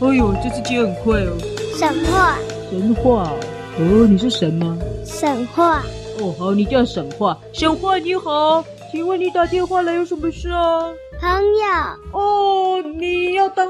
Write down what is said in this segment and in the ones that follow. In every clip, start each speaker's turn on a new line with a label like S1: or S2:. S1: 哦呦，这只鸡很快哦。
S2: 神话，
S1: 神话哦，哦，你是神吗？
S2: 神话，
S1: 哦，好，你叫神话。神话你好，请问你打电话来有什么事啊？
S2: 朋友，
S1: 哦，你要当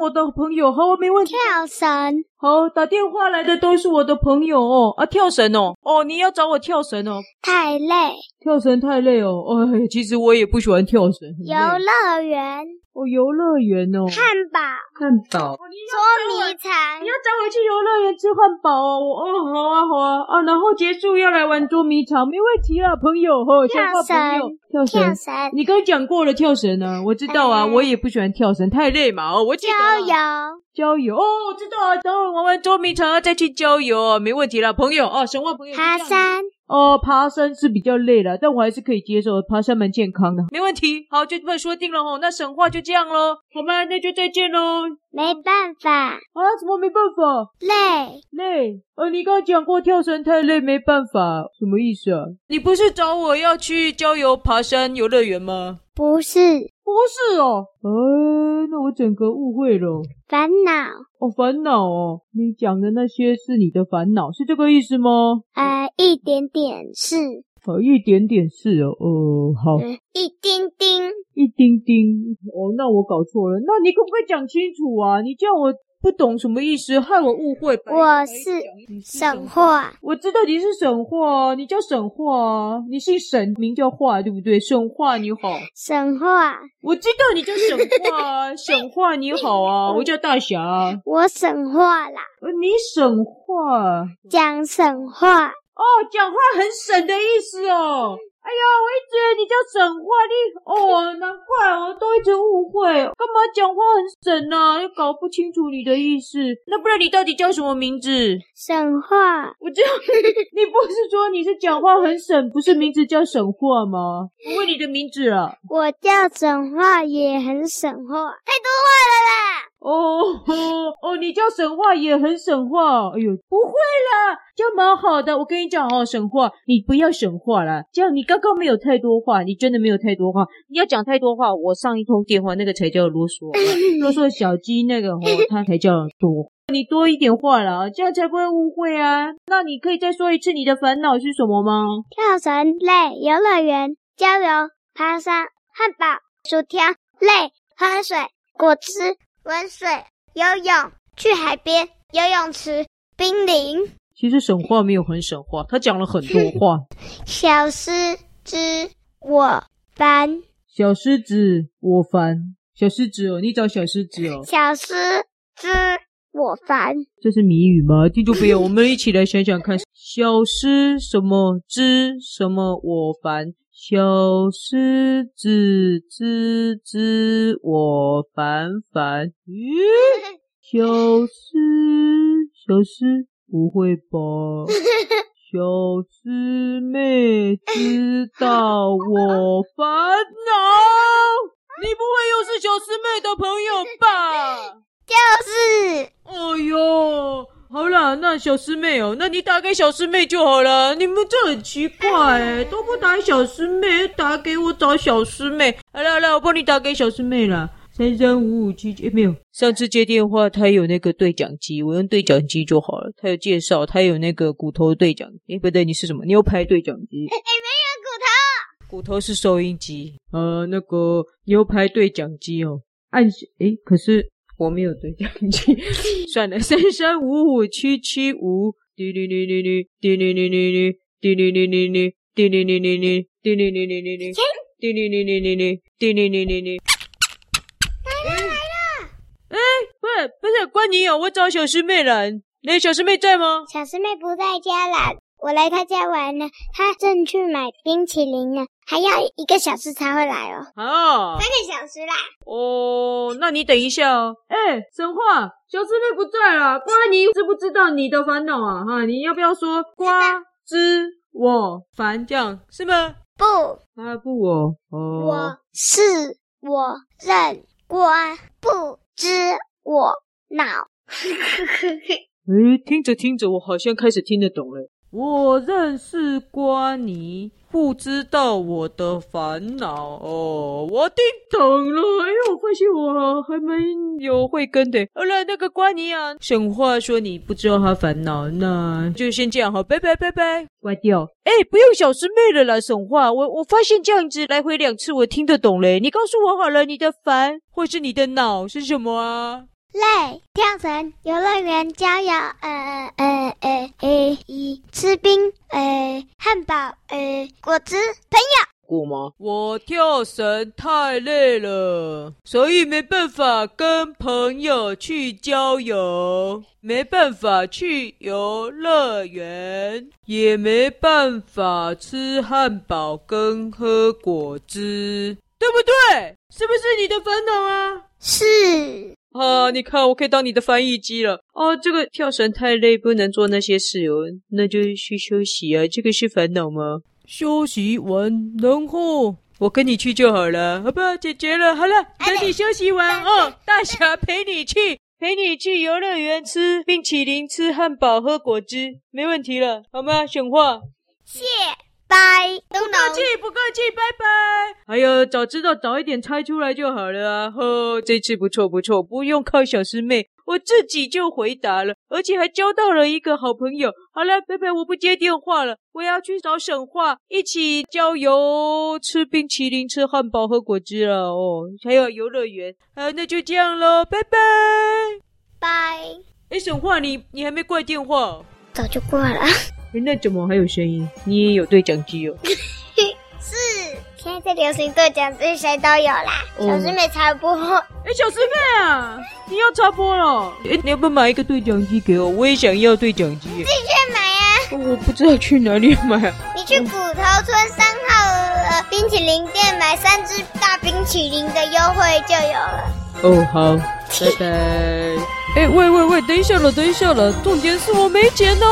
S1: 我的朋友，好，没问题。
S2: 跳绳，
S1: 好，打电话来的都是我的朋友哦。啊，跳绳哦，哦，你要找我跳绳哦。
S2: 太累，
S1: 跳绳太累哦，哎，其实我也不喜欢跳绳。很累
S2: 游乐园，
S1: 哦，游乐园哦，
S2: 汉堡，
S1: 汉堡。
S2: 捉迷藏
S1: 你，要找我去游乐园吃汉堡哦，我哦，好啊，好啊，啊，然后结束要来玩捉迷藏，没问题啊，朋友哦，
S2: 跳
S1: 讲话朋友，跳
S2: 跳
S1: 绳。
S2: 绳，
S1: 你刚讲过了跳绳啊，我知道啊，
S2: 嗯
S1: 我也不喜欢跳绳，太累嘛哦，我记得
S2: 郊
S1: 了
S2: 游，
S1: 郊游哦，我知道啊，等会玩完捉迷藏啊再去郊游哦，没问题啦，朋友哦，神话朋友。
S2: 爬
S1: 就这样
S2: 山，
S1: 哦，爬山是比较累了，但我还是可以接受，爬山蛮健康的，没问题。好，就这么说定了哦，那神话就这样喽，好吧，那就再见喽。
S2: 没办法，
S1: 啊，怎哎么没办法？
S2: 累，
S1: 累？呃，你刚刚讲过跳绳太累，没办法，什么意思啊？你不是找我要去郊游、爬山、游乐园吗？
S2: 不是，
S1: 不是哦。呃，那我整个误会了。
S2: 烦恼，
S1: 哦，烦恼哦，你讲的那些是你的烦恼，是这个意思吗？
S2: 呃，一点点是，
S1: 呃，一点点是哦，哦、好，
S2: 嗯，一丁丁，
S1: 一丁丁。哦，那我搞错了，那你可不可以讲清楚啊？你叫我不懂什么意思，害我误会。白
S2: 我
S1: 白
S2: 是
S1: 讲你是
S2: 神话，
S1: 我知道你是沈化，你叫沈化，你姓沈，名叫化，对不对？沈化你好，
S2: 神话，
S1: 我知道你叫沈化，沈化你好啊，我叫大侠。呃
S2: 我神话啦，
S1: 你沈化
S2: 讲神话，
S1: 哦，讲话很沈的意思哦。哎呀，我一直以为你叫沈化，你哦，难怪我都一直误会，干嘛讲话很沈呢、又搞不清楚你的意思。那不然你到底叫什么名字？
S2: 神话，
S1: 我知道你不是说你是讲话很省，不是名字叫省话吗？我问你的名字啊。
S2: 我叫神话也很神话，太多话了啦。
S1: 哦哦哦，你叫沈话也很沈话，哎呦，不会啦，这样蛮好的。我跟你讲哦，沈话，你不要沈话啦，这样你刚刚没有太多话，你真的没有太多话。你要讲太多话，我上一通电话那个才叫啰嗦，啊啰嗦小鸡那个哦，他才叫多。你多一点话啦，这样才不会误会啊。那你可以再说一次你的烦恼是什么吗？
S2: 跳绳累，游乐园、郊游、爬山、汉堡、薯条累，喝水、果汁、温水、游泳、去海边、游泳池、冰凌、
S1: 其实沈话没有很沈话，他讲了很多话。
S2: 小狮子、我烦
S1: 小狮子，我烦小狮子哦，你找小狮子哦，
S2: 小狮子，我 烦
S1: 这是谜语吗？听众朋友，我们一起来想想看，小狮什么之什么我烦，小狮子之之我烦烦，咦，小狮小狮不会吧？小师妹知道我烦恼， 你不会又是小师妹的朋友吧？
S2: 就是
S1: 哎呦，好啦，那小师妹哦，那你打给小师妹就好了。你们这很奇怪哎，都不打小师妹，打给我找小师妹。好了好了，我帮你打给小师妹啦。三三五五七哎七没有，上次接电话他有那个对讲机，我用对讲机就好了。他有介绍，他有那个骨头对讲，诶，不对，你是什么？牛排对讲机。骨头是收音机，呃，那个牛排对讲机哦，按下诶，可是我没有对讲 机，算了，三三五五七七五，滴哩哩哩哩，滴哩哩哩哩，滴哩哩哩哩，滴哩哩哩哩，滴哩哩哩哩哩，滴哩哩哩哩哩，滴哩哩哩哩。哎，不是不是，关你哦，我找小师妹了，那小师妹在吗？
S2: 小师妹不在家啦。我来她家玩呢，她正去买冰淇淋呢，还要一个小时才会来哦。
S1: 啊。
S2: 三个小时啦，
S1: 哦，那你等一下哦。哎，神话小师妹不在了，瓜，你知不知道你的烦恼啊？哈，你要不要说瓜知我烦这样是吗？
S2: 不，
S1: 啊不哦，哦，
S2: 我是我认我不知我 恼，
S1: 诶，听着听着，我好像开始听得懂了。我认识瓜尼，不知道我的烦恼哦，我听懂了。哎，我发现我还蛮有慧根的。好了，那个瓜尼啊，沈话说你不知道他烦恼，那就先这样好，拜拜拜拜，挂掉。哎，不用小师妹了啦，沈话，我我发现这样子来回两次我听得懂嘞。你告诉我好了，你的烦或是你的恼是什么啊？
S2: 累，跳绳，游乐园，郊游，呃呃呃呃，一吃冰，呃，汉堡，呃，果汁，朋友，
S3: 过吗？
S1: 我跳绳太累了，所以没办法跟朋友去郊游，没办法去游乐园，也没办法吃汉堡跟喝果汁，对不对？是不是你的烦恼啊？
S2: 是
S1: 啊，你看，我可以当你的翻译机了。哦，这个跳绳太累，不能做那些事哦，那就去休息啊。这个是烦恼吗？休息完，然后我跟你去就好了，啊好吧？解决了，好了，等哎你休息完哦，大侠陪你去，陪你去游乐园吃冰淇淋、吃汉堡、喝果汁，没问题了，好吗？选话。
S2: 谢，拜，不
S1: 不客气，不客气，拜拜。哎呦，早知道早一点猜出来就好了啊！呵，这次不错不错，不用靠小师妹，我自己就回答了，而且还交到了一个好朋友。好了，拜拜，我不接电话了，我要去找沈画一起郊游，吃冰淇淋，吃汉堡，喝果汁了哦，还有游乐园。啊，那就这样喽，拜拜。
S2: 拜，
S1: 哎，沈画，你你还没挂电话哦？
S2: 早就挂了。
S1: 诶哎那怎么还有声音？你也有对讲机哦？
S2: 是，现在在流行兑奖机谁都有啦，
S1: 嗯
S2: 小师妹才不会。
S1: 哎、小师妹啊，你要插播了？哎、你要不要买一个对讲机给我？我也想要对讲机耶、
S2: 你去买啊！
S1: 哎哦我不知道去哪里买、啊
S2: 你去骨头村三号呃冰淇淋店买三只大冰淇淋的优惠就有了。
S1: 哦，好，拜拜。哎、喂喂喂，等一下了，等一下了，重点是我没钱呢、